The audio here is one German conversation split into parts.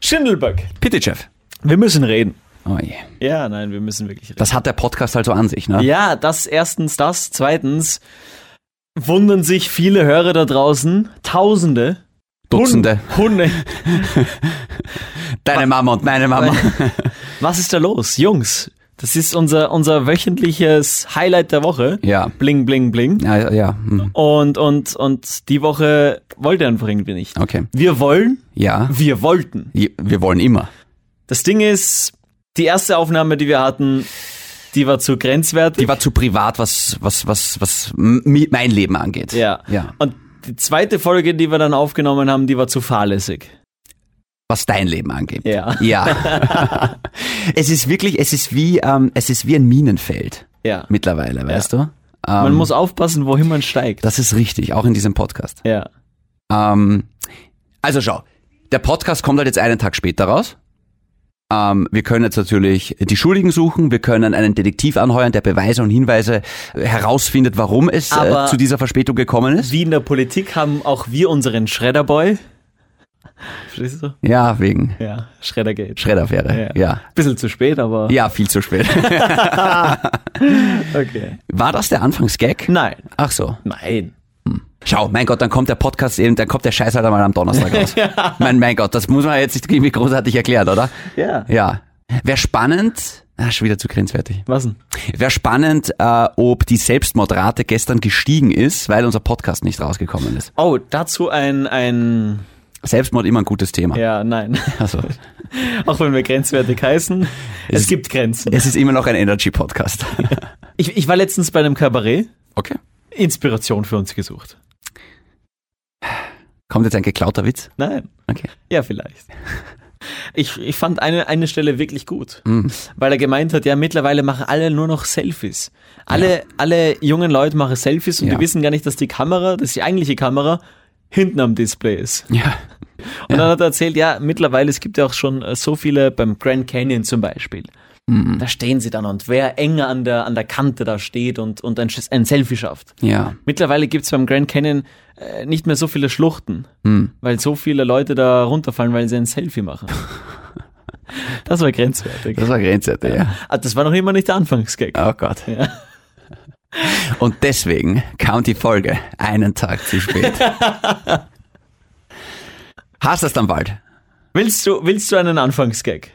Schindelböck, Pitychev. wir müssen reden. Oh je. Ja, nein, wir müssen wirklich reden. Das hat der Podcast halt so an sich, ne? Ja, das erstens das. Zweitens wundern sich viele Hörer da draußen, Tausende, Dutzende. Hunde. Deine Mama und meine Mama. Was ist da los? Jungs, das ist unser, unser wöchentliches Highlight der Woche. Ja. Bling, bling, bling. Ja, ja. hm, Und, und, und die Woche wollte einfach irgendwie nicht. Okay. Wir wollen, Ja. wir wollten. Je- Wir wollen immer. Das Ding ist, die erste Aufnahme, die wir hatten, die war zu grenzwertig. Die war zu privat, was, was, was, was mi- mein Leben angeht. ja. Ja. Und die zweite Folge, die wir dann aufgenommen haben, die war zu fahrlässig. Was dein Leben angeht. Ja. Ja. es ist wirklich, es ist wie, ähm, es ist wie ein Minenfeld Ja. mittlerweile, weißt du? Ähm, Man muss aufpassen, wohin man steigt. das ist richtig, auch in diesem Podcast. Ja. Ähm, also schau, der Podcast kommt halt jetzt einen Tag später raus. Ähm, wir können jetzt natürlich die Schuldigen suchen, wir können einen Detektiv anheuern, der Beweise und Hinweise herausfindet, warum es äh, Aber- zu dieser Verspätung gekommen ist. Wie in der Politik haben auch wir unseren Schredderboy. Verstehst du? Ja, wegen Ja, Schreddergate. Schredderaffäre. Ja. Ja. Bisschen zu spät, aber ja, viel zu spät. okay. War das der Anfangsgag? Nein. Ach so. Nein. Schau, mein Gott, dann kommt der Podcast eben, dann kommt der Scheiß halt einmal am Donnerstag raus. mein, mein Gott, das muss man jetzt nicht irgendwie großartig erklären, oder? Ja. Ja. Wäre spannend, ah, schon wieder zu grenzwertig. Was denn? Wäre spannend, äh, ob die Selbstmordrate gestern gestiegen ist, weil unser Podcast nicht rausgekommen ist. Oh, dazu ein, ein, Selbstmord immer ein gutes Thema. ja, nein. Also, Auch wenn wir grenzwertig heißen, es, gibt Grenzen. es ist immer noch ein Energy-Podcast. Ich, ich war letztens bei einem Kabarett, Okay. Inspiration für uns gesucht. Kommt jetzt ein geklauter Witz? Nein. Okay. Ja, vielleicht. Ich, ich fand eine, eine Stelle wirklich gut, Mhm. weil er gemeint hat, ja, mittlerweile machen alle nur noch Selfies. Alle, alle jungen Leute machen Selfies und Ja. die wissen gar nicht, dass die Kamera, dass die eigentliche Kamera hinten am Display ist. Ja. Und dann hat er erzählt, ja, mittlerweile, es gibt ja auch schon äh, so viele beim Grand Canyon zum Beispiel. Mhm. Da stehen sie dann und wer enger an der, an der Kante da steht und, und ein, Sch- ein Selfie schafft. Ja. Mittlerweile gibt es beim Grand Canyon äh, nicht mehr so viele Schluchten, Hm. weil so viele Leute da runterfallen, weil sie ein Selfie machen. Das war grenzwertig. Das war grenzwertig, ja. Ah, das war noch immer nicht der Anfangsgag. Oh Gott. Ja. Und deswegen kam die Folge einen Tag zu spät. Hast das dann bald? Willst, du, willst du einen Anfangsgag?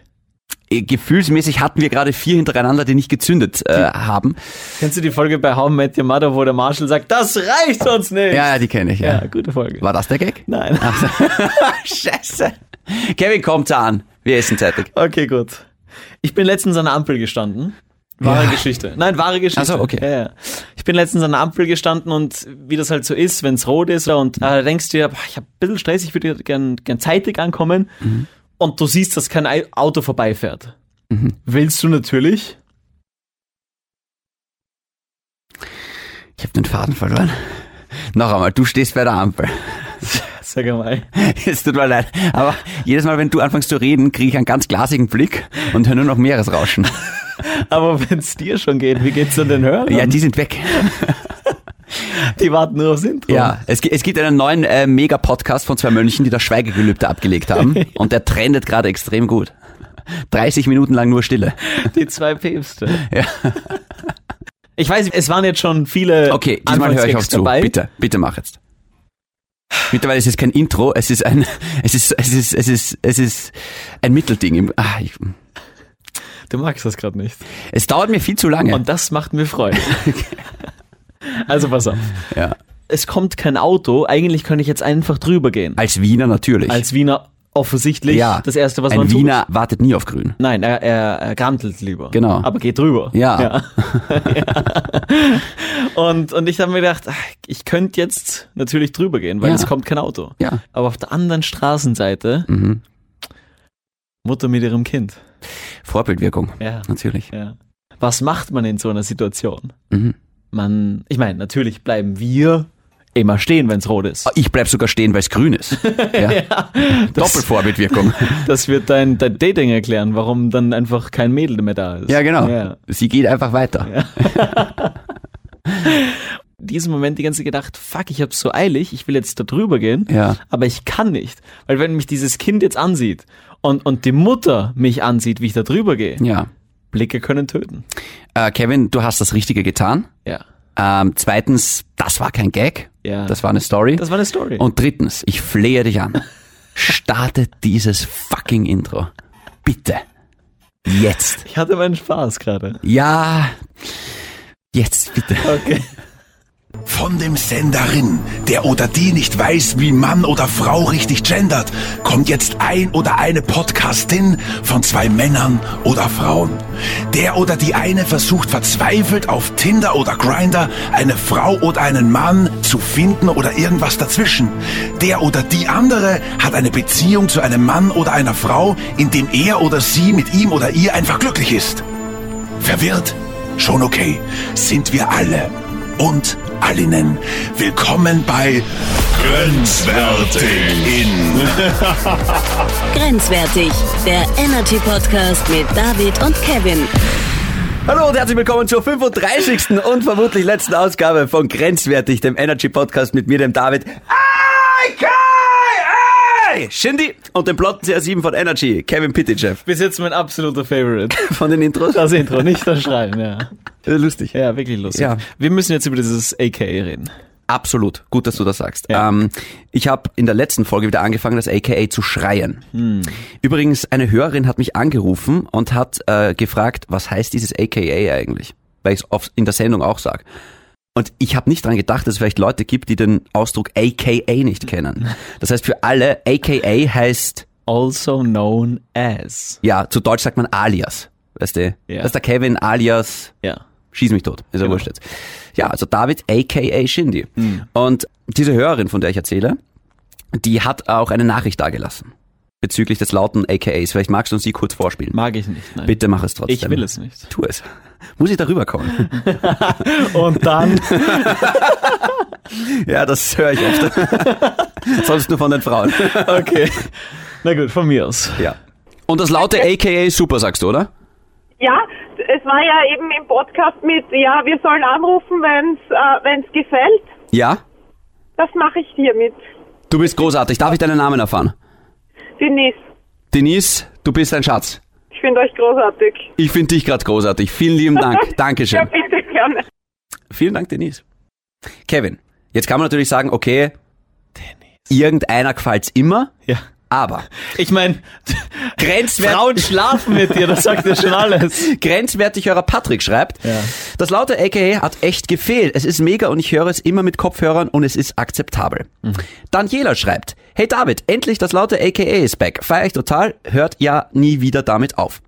Äh, Gefühlsmäßig hatten wir gerade vier hintereinander, die nicht gezündet äh, haben. Kennst du die Folge bei How I Met Your Mother, wo der Marshall sagt, das reicht uns nicht? Ja, ja, die kenne ich. Ja. ja gute Folge. War Ah. das der Gag? Nein. Scheiße. Kevin, kommt an. Wir essen zeitig. Okay, gut. Ich bin letztens an der Ampel gestanden. Wahre Ja. Geschichte. Nein, wahre Geschichte. Ach so, okay. Ja, ja. Ich bin letztens an der Ampel gestanden und wie das halt so ist, wenn es rot ist und äh, denkst dir, boah, ich habe ein bisschen Stress, ich würde gern, gern zeitig ankommen und du siehst, dass kein Ei- Auto vorbeifährt. Mhm. Willst du natürlich? Ich habe den Faden verloren. Noch einmal, du stehst bei der Ampel. Sag mal. Es tut mir leid. Aber jedes Mal, wenn du anfängst zu reden, kriege ich einen ganz glasigen Blick und höre nur noch Meeresrauschen. Aber wenn es dir schon geht, wie geht's denn den Hörern? Ja, die sind weg. Die warten nur aufs Intro. Ja, es, gi- es gibt einen neuen äh, Mega-Podcast von zwei Mönchen, die das Schweigegelübde abgelegt haben. Und der trendet gerade extrem gut. 30 Minuten lang nur Stille. Die zwei Päpste. Ja. Ich weiß, es waren jetzt schon viele. Okay, diesmal höre ich auf Anfangsgags zu. dabei. Bitte, bitte mach jetzt. Mittlerweile ist es kein Intro, es ist ein, es ist, es ist, es ist, es ist ein Mittelding. Im, ah, ich, Du magst das gerade nicht. es dauert mir viel zu lange. Und das macht mir Freude. Also pass auf. ja. Es kommt kein Auto, eigentlich könnte ich jetzt einfach drüber gehen. Als Wiener natürlich. Als Wiener offensichtlich ja. das Erste, was ein man tut. Wiener wartet nie auf Grün. Nein, er, er, er grantelt lieber. Genau. Aber geht drüber. Ja. Und, und ich habe mir gedacht, ach, ich könnte jetzt natürlich drüber gehen, weil Ja. es kommt kein Auto. Ja. Aber auf der anderen Straßenseite, Mhm. Mutter mit ihrem Kind. Vorbildwirkung. Ja. Natürlich. ja. Was macht man in so einer Situation? Mhm. Man, ich meine, natürlich bleiben wir immer stehen, wenn es rot ist. Oh, Ich bleib sogar stehen, weil es grün ist. Ja. Doppelvorbildwirkung. Das wird dein, dein Dating erklären, warum dann einfach kein Mädel mehr da ist. Ja, genau. Ja. Sie geht einfach weiter. diesem Moment die ganze Zeit gedacht, fuck, ich hab's so eilig, ich will jetzt da drüber gehen, Ja. aber ich kann nicht. Weil wenn mich dieses Kind jetzt ansieht und, und die Mutter mich ansieht, wie ich da drüber gehe, Ja. Blicke können töten. Äh, Kevin, du hast das Richtige getan. Ja. Ähm, zweitens, das war kein Gag. Ja. Das war eine Story. Das war eine Story. Und drittens, ich flehe dich an. Starte dieses fucking Intro. Bitte. Jetzt. ich hatte meinen Spaß gerade. Ja. Jetzt bitte. Okay. Von dem Senderin, der oder die nicht weiß, wie Mann oder Frau richtig gendert, kommt jetzt ein oder eine Podcastin von zwei Männern oder Frauen. Der oder die eine versucht verzweifelt auf Tinder oder Grinder eine Frau oder einen Mann zu finden oder irgendwas dazwischen. Der oder die andere hat eine Beziehung zu einem Mann oder einer Frau, in dem er oder sie mit ihm oder ihr einfach glücklich ist. Verwirrt? Schon okay. Sind wir alle. Und Allinnen. Willkommen bei Grenzwertig in. Grenzwertig, der Energy Podcast mit David und Kevin. Hallo und herzlich willkommen zur 35. und vermutlich letzten Ausgabe von Grenzwertig, dem Energy Podcast mit mir, dem David. Ay, Kai, ay! Shindy und dem blonden CR7 von Energy, Kevin Pitychev. Bis jetzt mein absoluter Favorite. Von den Intros. Das Intro, nicht das Schreien, ja. Lustig. Ja, wirklich lustig. Ja. Wir müssen jetzt über dieses AKA reden. Absolut. Gut, dass du das sagst. Ja. Ähm, ich habe in der letzten Folge wieder angefangen, das AKA zu schreien. Hm. Übrigens, eine Hörerin hat mich angerufen und hat äh, gefragt, was heißt dieses AKA eigentlich? Weil ich es in der Sendung auch sag. Und ich habe nicht dran gedacht, dass es vielleicht Leute gibt, die den Ausdruck AKA nicht kennen. Das heißt für alle, AKA heißt, Also known as. ja, zu Deutsch sagt man Alias. Weißt du? Ja. Das ist der Kevin Alias Ja. Schieß mich tot, ist ja Genau. Mhm. wurscht jetzt. Ja, also David aka Shindy. Und diese Hörerin, von der ich erzähle, die hat auch eine Nachricht dagelassen. Bezüglich des lauten AKAs. Vielleicht magst du uns die kurz vorspielen. Mag ich nicht, nein. Bitte mach es trotzdem. Ich will es nicht. Tu es. Muss ich darüber kommen? Und dann, ja, das höre ich oft. Sonst nur von den Frauen. okay. Na gut, von mir aus. Ja. Und das laute AKA ist super, sagst du, oder? Ja, es war ja eben im Podcast mit, ja, wir sollen anrufen, wenn's äh, wenn's gefällt. Ja. Das mache ich hiermit. Du bist großartig. Darf ich deinen Namen erfahren? Denise, Denise, du bist ein Schatz. ich finde euch großartig. Ich finde dich gerade großartig. Vielen lieben Dank. Dankeschön. Ja, bitte gerne. Vielen Dank, Denise. Kevin, jetzt kann man natürlich sagen, okay, irgendeiner gefällt's immer, Ja. aber Ich meine, grenzwert, Frauen schlafen mit dir, das sagt ja schon alles. grenzwertig Hörer Patrick schreibt, Ja. das laute AKA hat echt gefehlt. Es ist mega und ich höre es immer mit Kopfhörern und es ist akzeptabel. Daniela schreibt, hey David, endlich das laute AKA ist back. Feier ich total, hört ja nie wieder damit auf.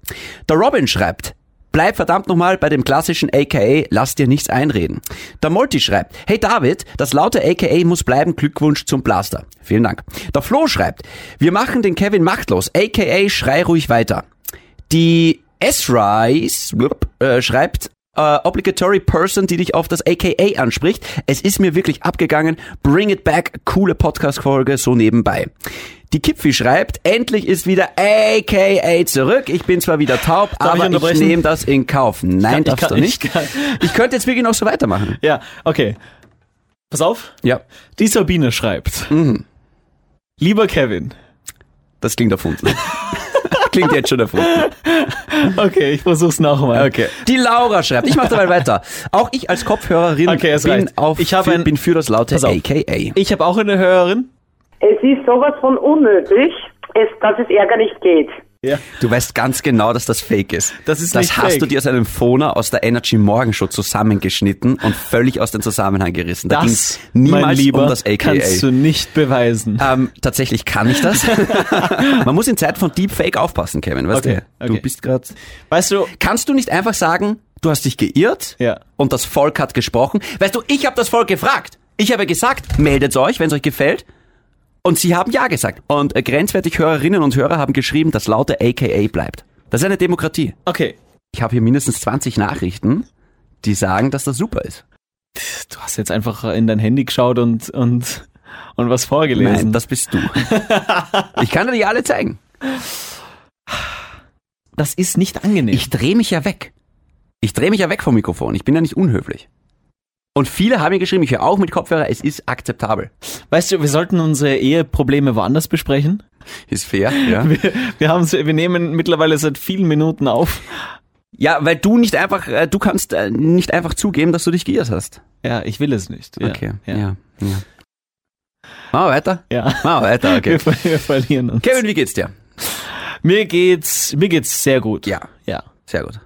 Der Robin schreibt, Bleib verdammt nochmal bei dem klassischen AKA, lass dir nichts einreden. Der Molti schreibt, hey David, das laute AKA muss bleiben, Glückwunsch zum Blaster. Vielen Dank. Der Flo schreibt, wir machen den Kevin machtlos, AKA schrei ruhig weiter. Die S-Rise blub, äh, schreibt, äh, obligatory person, die dich auf das AKA anspricht. Es ist mir wirklich abgegangen. Bring it back. Coole Podcast-Folge, so nebenbei. Die Kipfi schreibt, endlich ist wieder AKA zurück. Ich bin zwar wieder taub, ich aber ich, unterbrechen? nehme das in Kauf. Nein, Ich kann- darfst ich du nicht. Ich, kann- könnte jetzt wirklich noch so weitermachen. Ja, okay. Pass auf. Ja, Die Sabine schreibt. Lieber Kevin. das klingt erfunden. klingt jetzt schon erfunden. Okay, ich versuch's nochmal. Okay. Die Laura schreibt, ich mache dabei weiter. Auch ich als Kopfhörerin Okay, es bin, reicht. auf, Ich hab für, ein- bin für das laute Pass auf. AKA. Ich habe auch eine Hörerin. Es ist sowas von unnötig, es, dass es Ärger nicht geht. Ja. Du weißt ganz genau, dass das fake ist. Das ist Das nicht hast fake. du dir aus einem Phoner aus der Energy Morgenshow zusammengeschnitten und völlig aus dem Zusammenhang gerissen. Da Das, ging's niemals mein Lieber, um das AKA. kannst du nicht beweisen. ähm, tatsächlich kann ich das. Man muss in Zeiten von Deepfake aufpassen, Kevin. Weißt Okay, du? okay. Du bist gerade. Weißt du, Kannst du nicht einfach sagen, du hast dich geirrt Ja. und das Volk hat gesprochen? Weißt du, ich habe das Volk gefragt. Ich habe gesagt, meldet euch, wenn es euch gefällt. Und sie haben Ja gesagt. Und äh, grenzwertig Hörerinnen und Hörer haben geschrieben, dass laute AKA bleibt. Das ist eine Demokratie. okay. Ich habe hier mindestens 20 Nachrichten, die sagen, dass das super ist. Du hast jetzt einfach in dein Handy geschaut und, und, und was vorgelesen. Nein, das bist du. ich kann dir die alle zeigen. das ist nicht angenehm. Ich drehe mich ja weg. Ich drehe mich ja weg vom Mikrofon. Ich bin ja nicht unhöflich. Und viele haben mir geschrieben, ich höre auch mit Kopfhörer, es ist akzeptabel. Weißt du, wir sollten unsere Eheprobleme woanders besprechen. Ist fair, ja. Wir, wir, haben's- wir nehmen mittlerweile seit vielen Minuten auf. Ja, weil du nicht einfach, äh, du kannst äh, nicht einfach zugeben, dass du dich geirrt hast. Ja, ich will es nicht. Ja, Okay, ja. Ja. ja. Machen wir weiter? Ja. Machen wir weiter, okay. Wir, ver- wir verlieren uns. Kevin, wie geht's dir? Mir geht's, mir geht's sehr gut. Ja. Ja. Sehr gut.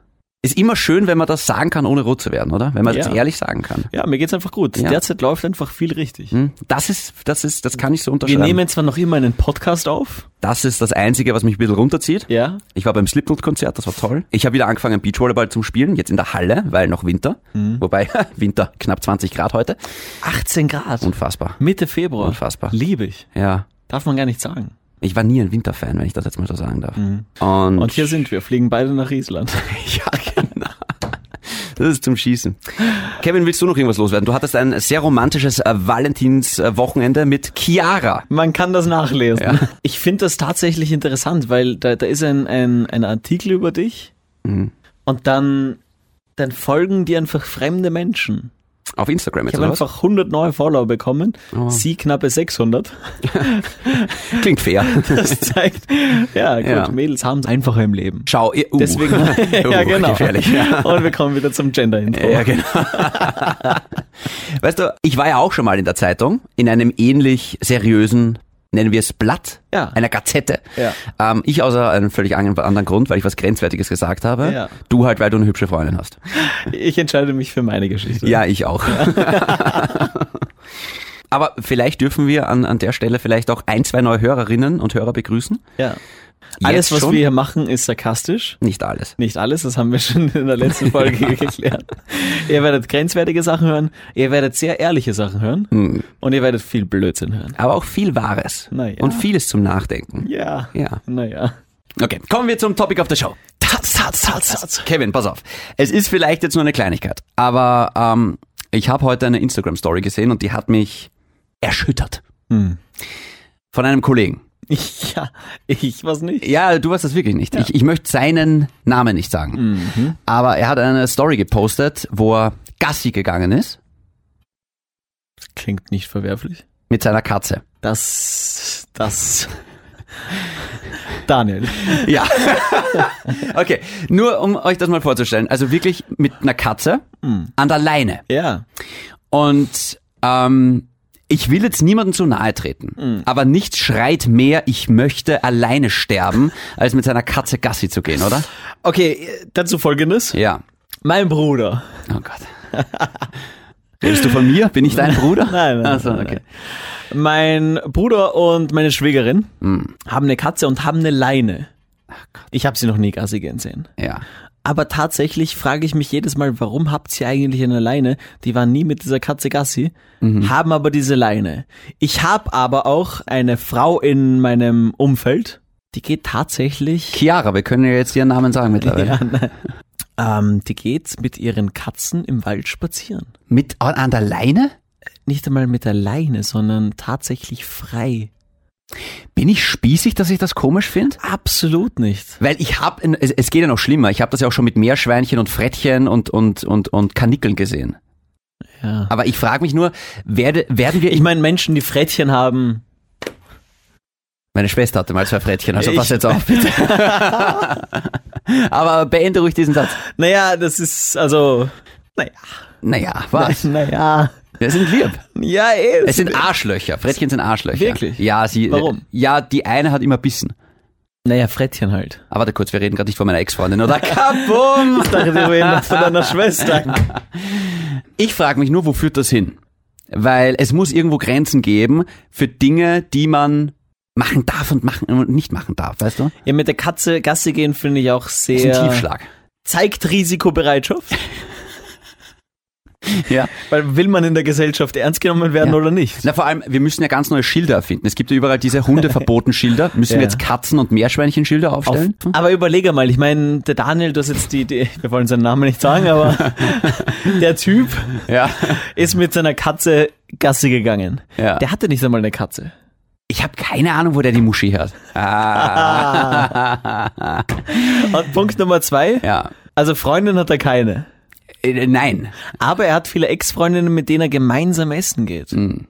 Ist immer schön, wenn man das sagen kann, ohne rot zu werden, oder? Wenn man das Ja. ehrlich sagen kann. Ja, mir geht's einfach gut. Ja. Derzeit läuft einfach viel richtig. Hm? Das ist, das ist, das kann ich so Wir unterschreiben. nehmen zwar noch immer einen Podcast auf. das ist das Einzige, was mich ein bisschen runterzieht. Ja. Ich war beim Slipknot-Konzert, das war toll. Ich habe wieder angefangen, Beachvolleyball zum Spielen, jetzt in der Halle, weil noch Winter. Mhm. Wobei, Winter, knapp 20 Grad heute. 18 Grad. Unfassbar. Mitte Februar. Unfassbar. Liebe ich. Ja. Darf man gar nicht sagen. Ich war nie ein Winterfan, wenn ich das jetzt mal so sagen darf. Und, Mhm. Und hier sind wir, fliegen beide nach Island. ja, genau. Das ist zum Schießen. Kevin, willst du noch irgendwas loswerden? Du hattest ein sehr romantisches äh, Valentinswochenende mit Chiara. Man kann das nachlesen. Ich finde das tatsächlich interessant, weil da, da ist ein, ein, ein Artikel über dich Mhm. und dann, dann folgen dir einfach fremde Menschen. Auf Instagram Ich jetzt, habe oder was? Oh. einfach 100 neue Follower bekommen, sie knappe 600. Klingt fair. Das zeigt, ja gut, Ja. Mädels haben es einfacher im Leben. Schau, ihr, uh, Deswegen, uh, ja genau. gefährlich. Ja. Und wir kommen wieder zum Gender-Intro. Ja, genau. weißt du, ich war ja auch schon mal in der Zeitung, in einem ähnlich seriösen, nennen wir es Blatt, Ja. einer Gazette. Ja. Ähm, ich aus einem völlig an- anderen Grund, weil ich was Grenzwertiges gesagt habe. Ja. Du halt, weil du eine hübsche Freundin hast. Ich entscheide mich für meine Geschichte. Ja, ich auch. Aber vielleicht dürfen wir an, an der Stelle vielleicht auch ein, zwei neue Hörerinnen und Hörer begrüßen. Ja. Alles, Jetzt was schon? wir hier machen, ist sarkastisch. Nicht alles. Nicht alles, das haben wir schon in der letzten Folge geklärt. Ihr werdet grenzwertige Sachen hören, ihr werdet sehr ehrliche Sachen hören und ihr werdet viel Blödsinn hören. Aber auch viel Wahres. Na ja. Und vieles zum Nachdenken. Ja. Ja. Naja. Okay, kommen wir zum Topic of the Show. Taz, taz, taz, taz. Kevin, pass auf. Es ist vielleicht jetzt nur eine Kleinigkeit, aber ähm, ich habe heute eine Instagram-Story gesehen und die hat mich erschüttert. Hm. Von einem Kollegen. Ja, ich was nicht. Ja, du weißt das wirklich nicht. Ich, ich möchte seinen Namen nicht sagen. Mhm. Aber er hat eine Story gepostet, wo er Gassi gegangen ist Klingt nicht verwerflich. mit seiner Katze. Das, das. Daniel. Ja. okay, nur um euch das mal vorzustellen. Also wirklich mit einer Katze Hm. an der Leine. Ja. Und ähm, ich will jetzt niemandem zu nahe treten, Mhm. aber nichts schreit mehr, ich möchte alleine sterben, als mit seiner Katze Gassi zu gehen, oder? Okay, dazu folgendes. Ja. Mein Bruder. Oh Gott. Redest du von mir? Bin ich dein Bruder? Nein, nein, Also, nein, okay. Mein Bruder und meine Schwägerin haben eine Katze und haben eine Leine. Ich habe sie noch nie Gassi gehen sehen. Ja. Aber tatsächlich frage ich mich jedes Mal, warum habt ihr eigentlich eine Leine? Die waren nie mit dieser Katze Gassi, haben aber diese Leine. Ich habe aber auch eine Frau in meinem Umfeld, die geht tatsächlich, Chiara, wir können ja jetzt ihren Namen sagen mittlerweile. ja, nein. ähm, die geht mit ihren Katzen im Wald spazieren. Mit an an der Leine? Nicht einmal mit der Leine, sondern tatsächlich frei. Bin ich spießig, dass ich das komisch finde? Absolut nicht. Weil ich habe, es, es geht ja noch schlimmer. Ich habe das ja auch schon mit Meerschweinchen und Frettchen und und und und Kanickeln gesehen. Ja. Aber ich frage mich nur, werde, werden wir Ich meine, Menschen, die Frettchen haben, Meine Schwester hatte mal zwei Frettchen, also pass Ich- jetzt auf, bitte. Aber beende ruhig diesen Satz. naja, das ist, also, naja, Naja, was? naja. Wir sind lieb. Ja, eh. Es sind Arschlöcher. Frettchen sind Arschlöcher. Wirklich? Ja, sie. Warum? Ja, die eine hat immer bissen. Naja, Frettchen halt. Aber warte kurz, wir reden gerade nicht von meiner Ex-Freundin, oder? Kabum! Dachte, wir reden noch von deiner Schwester. Ich frage mich nur, wo führt das hin? Weil es muss irgendwo Grenzen geben für Dinge, die man machen darf und machen und nicht machen darf, weißt du? Ja, mit der Katze Gasse gehen finde ich auch Das ist ein sehr. Tiefschlag. Zeigt Risikobereitschaft, Ja. weil will man in der Gesellschaft ernst genommen werden Ja. oder nicht? Na, vor allem, wir müssen ja ganz neue Schilder erfinden. Es gibt ja überall diese Hundeverboten-Schilder. Müssen wir Ja. jetzt Katzen- und Meerschweinchenschilder Auf, aufstellen? aber überlege mal, ich meine, der Daniel, du hast jetzt die, die, wir wollen seinen Namen nicht sagen, aber der Typ ja. ist mit seiner Katze Gasse gegangen. Ja. Der hatte nicht einmal eine Katze. Ich habe keine Ahnung, wo der die Muschi hört. Ah. Und Punkt Nummer zwei, ja. also Freundin hat er keine. Äh, nein. Aber er hat viele Ex-Freundinnen, mit denen er gemeinsam essen geht. Hm,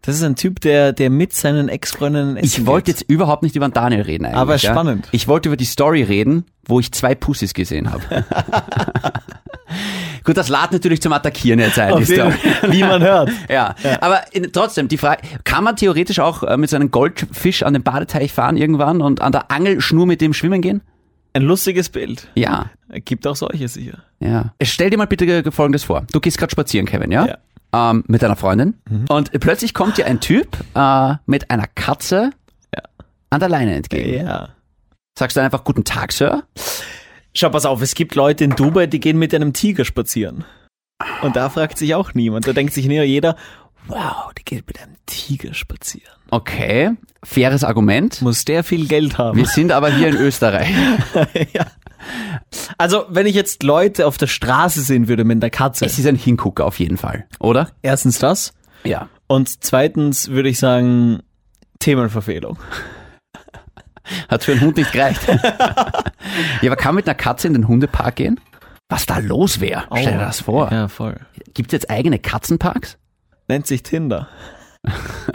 Das ist ein Typ, der, der mit seinen Ex-Freundinnen essen Ich wollte geht. jetzt überhaupt nicht über den Daniel reden eigentlich. Aber spannend. Ja? Ich wollte über die Story reden, wo ich zwei Pussys gesehen habe. Gut, das lad natürlich zum Attackieren jetzt ein, die Auf jeden, Story. wie man hört. Ja. aber in, trotzdem, die Frage, kann man theoretisch auch äh, mit so einem Goldfisch an den Badeteich fahren irgendwann und an der Angelschnur mit dem schwimmen gehen? Ein lustiges Bild. Ja. Gibt auch solche sicher. Ja. Stell dir mal bitte Folgendes vor. Du gehst gerade spazieren, Kevin, ja? Ähm, mit deiner Freundin. Mhm. Und plötzlich kommt dir ein Typ äh, mit einer Katze an der Leine entgegen. Ja. Sagst du dann einfach Guten Tag, Sir? Schau, pass auf, es gibt Leute in Dubai, die gehen mit einem Tiger spazieren. Und da fragt sich auch niemand. Da denkt sich nur jeder, wow, die geht mit einem Tiger spazieren. Okay, faires Argument. Muss der viel Geld haben. Wir sind aber hier in Österreich. ja. Also, wenn ich jetzt Leute auf der Straße sehen würde mit einer Katze, Es ist ein Hingucker auf jeden Fall, oder? erstens das Ja. und zweitens würde ich sagen, Themenverfehlung. Hat für einen Hund nicht gereicht. ja, aber kann man mit einer Katze in den Hundepark gehen? Was da los wäre? Stell dir das vor. Ja, voll. Gibt es jetzt eigene Katzenparks? Nennt sich Tinder.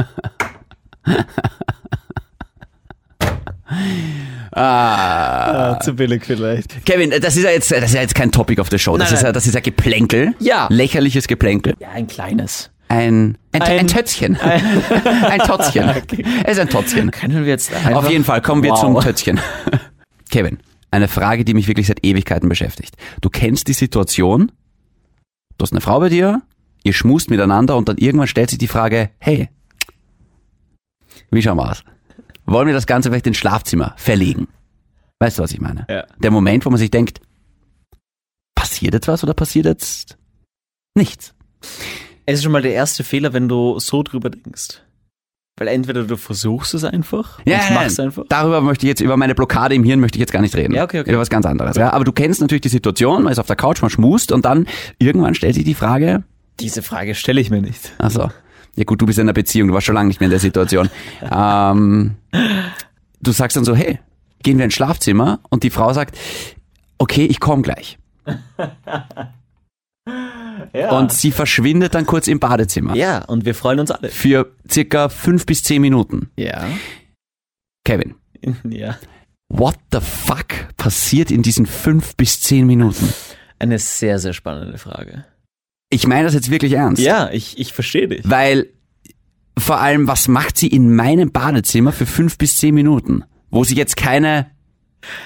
ah. zu billig vielleicht. Kevin, das ist ja jetzt, das ist ja jetzt kein Topic of the Show. Das, Nein, ist, ja, nein. das ist ja Geplänkel. Ja. Lächerliches Geplänkel. Ja, ein kleines. Ein, ein, ein, Ein- Tötzchen. Ein, Totzchen. Es ist ein Totzchen. Können wir jetzt einfach Auf jeden Fall kommen wir Wow. zum Tötzchen. Kevin, eine Frage, die mich wirklich seit Ewigkeiten beschäftigt. Du kennst die Situation, du hast eine Frau bei dir, ihr schmust miteinander und dann irgendwann stellt sich die Frage, hey, wie schauen wir aus? Wollen wir das Ganze vielleicht ins Schlafzimmer verlegen? Weißt du, was ich meine? Ja. Der Moment, wo man sich denkt, passiert jetzt was oder passiert jetzt nichts? Es ist schon mal der erste Fehler, wenn du so drüber denkst. Weil entweder du versuchst es einfach Ja, und nein, machst nein. einfach. Darüber möchte ich jetzt, über meine Blockade im Hirn möchte ich jetzt gar nicht reden. Ja, okay, okay. Über was ganz anderes. Ja. Aber du kennst natürlich die Situation, man ist auf der Couch, man schmust und dann irgendwann stellt sich die Frage, Diese Frage stelle ich mir nicht. also, ja gut, du bist in einer Beziehung, du warst schon lange nicht mehr in der Situation. ähm, du sagst dann so, hey, gehen wir ins Schlafzimmer und die Frau sagt, okay, ich komme gleich. Und sie verschwindet dann kurz im Badezimmer. Ja, und wir freuen uns alle. Für circa fünf bis zehn Minuten. Ja. Kevin, Ja. what the fuck passiert in diesen fünf bis zehn Minuten? Eine sehr, sehr spannende Frage. Ich meine das jetzt wirklich ernst. Ja, ich, ich verstehe dich. Weil vor allem, was macht sie in meinem Badezimmer für fünf bis zehn Minuten, wo sie jetzt keine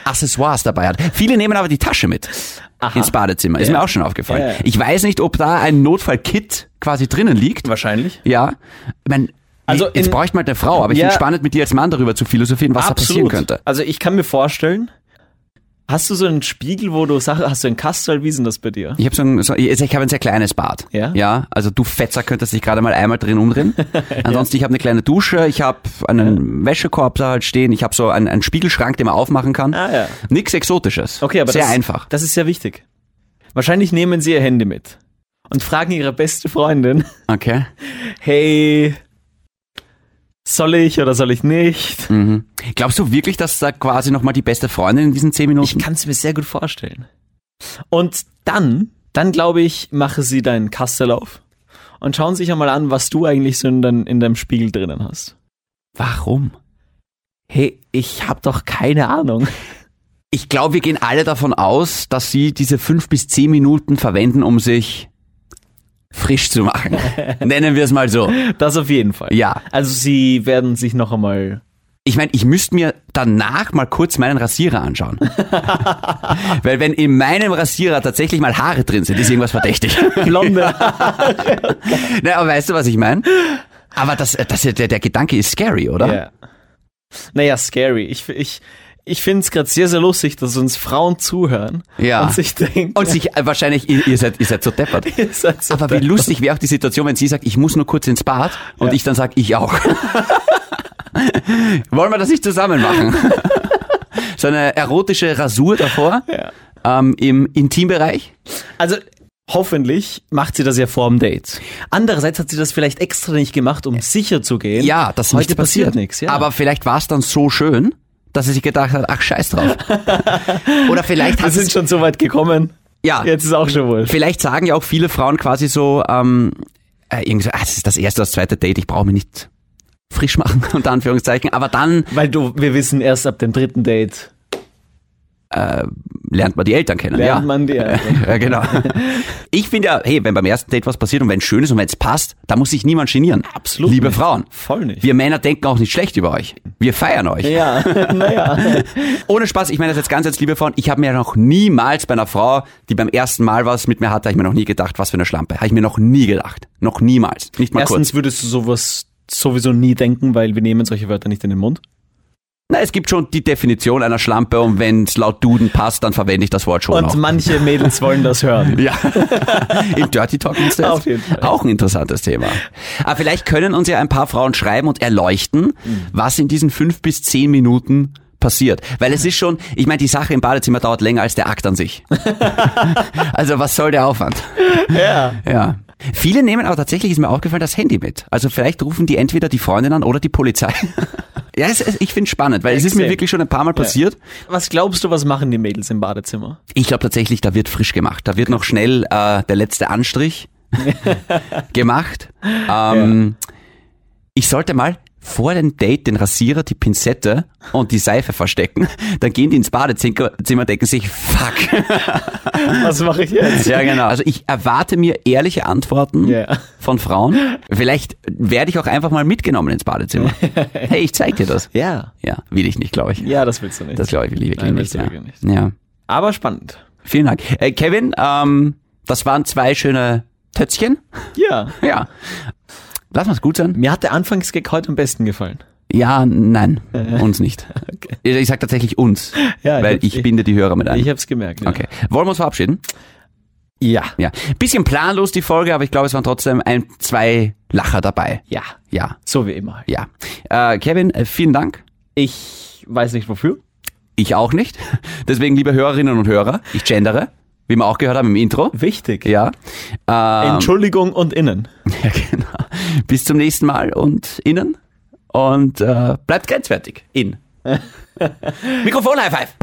Accessoires dabei hat? Viele nehmen aber die Tasche mit ins Badezimmer. Ist Ja. mir auch schon aufgefallen. Ja, ja. Ich weiß nicht, ob da ein Notfallkit quasi drinnen liegt. Wahrscheinlich. Ja. Ich meine, Also jetzt in- bräuchte man eine Frau, aber ich Ja. bin spannend, mit dir als Mann darüber zu philosophieren, was da passieren könnte. Also ich kann mir vorstellen, hast du so einen Spiegel, wo du Sachen, hast du einen Kastel, wie ist denn das bei dir? Ich habe so ein, so, ich ich hab ein sehr kleines Bad. Ja? Ja. Also du Fetzer könntest dich gerade mal einmal drin umdrehen. Ansonsten ich habe eine kleine Dusche, ich habe einen Wäschekorb da halt stehen, ich habe so einen, einen Spiegelschrank, den man aufmachen kann. Ah, ja. Nix Exotisches. Okay, aber sehr das, einfach. Das ist sehr wichtig. Wahrscheinlich nehmen sie ihr Handy mit und fragen ihre beste Freundin, Okay. hey, soll ich oder soll ich nicht? Mhm. Glaubst du wirklich, dass da quasi nochmal die beste Freundin in diesen zehn Ich Minuten? kann es mir sehr gut vorstellen. Und dann, dann glaube ich, machen sie deinen Kastel auf und schauen sich einmal an, was du eigentlich so in, dein, in deinem Spiegel drinnen hast. Warum? Hey, ich habe doch keine Ahnung. Ich glaube, wir gehen alle davon aus, dass sie diese fünf bis zehn Minuten verwenden, um sich frisch zu machen. Nennen wir es mal so. Das auf jeden Fall. Ja. Also sie werden sich noch einmal. Ich meine, ich müsste mir danach mal kurz meinen Rasierer anschauen. Weil wenn in meinem Rasierer tatsächlich mal Haare drin sind, ist irgendwas verdächtig. Blonde. Na, aber weißt du, was ich meine? Aber das, das, der, der Gedanke ist scary, Ja. oder? Naja, scary. Ich, ich, ich finde es gerade sehr, sehr lustig, dass uns Frauen zuhören Ja. und sich denken. Und sich äh, wahrscheinlich, ihr, ihr, seid, ihr seid so deppert. ihr seid so Aber wie deppert. lustig wäre auch die Situation, wenn sie sagt, ich muss nur kurz ins Bad und ich dann sage, ich auch. Wollen wir das nicht zusammen machen? so eine erotische Rasur davor ähm, im Intimbereich. Also hoffentlich macht sie das ja vor dem Date. Andererseits hat sie das vielleicht extra nicht gemacht, um sicher zu gehen. Ja, das Heute nichts passiert. passiert nichts. Ja. Aber vielleicht war es dann so schön, dass er sich gedacht hat, ach scheiß drauf. Oder vielleicht wir hat Ah. sind es, schon so weit gekommen. Ja, Jetzt ist auch schon wurscht. vielleicht sagen ja auch viele Frauen quasi so, ähm, äh, irgendwie so, ah, das ist das erste oder das zweite Date, ich brauche mich nicht frisch machen, unter Anführungszeichen. Aber dann Weil du, wir wissen erst ab dem dritten Date lernt man die Eltern kennen. lernt ja. man die. ja, genau. Ich finde ja, hey, wenn beim ersten Date was passiert und wenn es schön ist und wenn es passt, da muss sich niemand genieren. Absolut Liebe nicht. Frauen. Voll nicht. Wir Männer denken auch nicht schlecht über euch. Wir feiern euch. Ja, naja. Ohne Spaß, ich meine das jetzt ganz jetzt, liebe Frauen, ich habe mir noch niemals bei einer Frau, die beim ersten Mal was mit mir hatte, habe ich mir noch nie gedacht, was für eine Schlampe. Habe ich mir noch nie gedacht. Noch niemals. Nicht mal kurz. Erstens würdest du sowas sowieso nie denken, weil wir nehmen solche Wörter nicht in den Mund. Na, es gibt schon die Definition einer Schlampe und wenn es laut Duden passt, dann verwende ich das Wort schon Und auch. manche Mädels wollen das hören. Ja, im Dirty Talk ist das Auf jeden Fall. auch ein interessantes Thema. Aber vielleicht können uns ja ein paar Frauen schreiben und erleuchten, Mhm. was in diesen fünf bis zehn Minuten passiert. Weil es ist schon, ich meine, die Sache im Badezimmer dauert länger als der Akt an sich. also was soll der Aufwand? Ja. ja. Viele nehmen aber tatsächlich, ist mir aufgefallen, das Handy mit. Also vielleicht rufen die entweder die Freundin an oder die Polizei. ja, es, es, ich finde es spannend, weil es ist mir Extrem. wirklich schon ein paar Mal passiert. Was glaubst du, was machen die Mädels im Badezimmer? Ich glaube tatsächlich, da wird frisch gemacht. Da wird noch schnell äh, der letzte Anstrich gemacht. Ähm, Ich sollte mal vor dem Date den Rasierer, die Pinzette und die Seife verstecken. Dann gehen die ins Badezimmer, Zimmer, denken sich, fuck. Was mache ich jetzt? Ja, genau. Also ich erwarte mir ehrliche Antworten Ja. von Frauen. Vielleicht werde ich auch einfach mal mitgenommen ins Badezimmer. Hey, ich zeig dir das. Ja. Ja, will ich nicht, glaube ich. Ja, das willst du nicht. Das glaube ich, will ich wirklich Nein, nicht. willst du Ja. wirklich ja. Aber spannend. Vielen Dank. Äh, Kevin, ähm, das waren zwei schöne Tötzchen. Ja. Ja. Lass uns gut sein. Mir hat der Anfangsgag heute am besten gefallen. Ja, nein, uns nicht. Ich- Ich sag tatsächlich uns, Ja, ich weil hab's- ich, binde die Hörer mit ein. Ich hab's gemerkt. ja. okay. Wollen wir uns verabschieden? Ja. Ja. Bisschen planlos die Folge, aber ich glaube, es waren trotzdem ein, zwei Lacher dabei. Ja. Ja, So wie immer. halt. ja. Äh, Kevin, äh, vielen Dank. Ich weiß nicht wofür. Ich auch nicht. Deswegen, liebe Hörerinnen und Hörer, ich gendere, wie wir auch gehört haben im Intro. Wichtig. Ja. Ähm, Entschuldigung und innen. Ja, genau. Bis zum nächsten Mal und innen. Und äh, bleibt grenzwertig. In. Mikrofon High Five.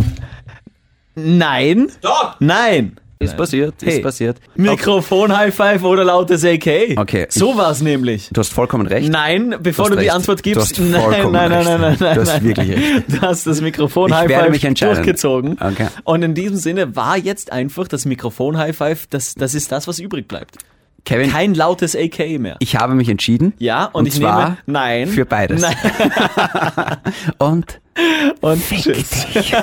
Nein. Doch. Nein. Ist passiert, Hey. ist passiert. Mikrofon High Five oder lautes AK. Okay, So war's nämlich. Du hast vollkommen recht. Nein, bevor hast du die recht. Antwort Du gibst. hast vollkommen nein, nein, recht. nein, nein, nein. Du hast nein. wirklich recht. Du hast das Mikrofon Ich High werde Five mich entscheiden. durchgezogen. Okay. Und in diesem Sinne war jetzt einfach das Mikrofon High Five, das, das ist das, was übrig bleibt. Kevin, Kein lautes AK mehr. ich habe mich entschieden. ja, und, ich zwar nehme. Nein. Für beides. Nein. Und Und tschüss. dich.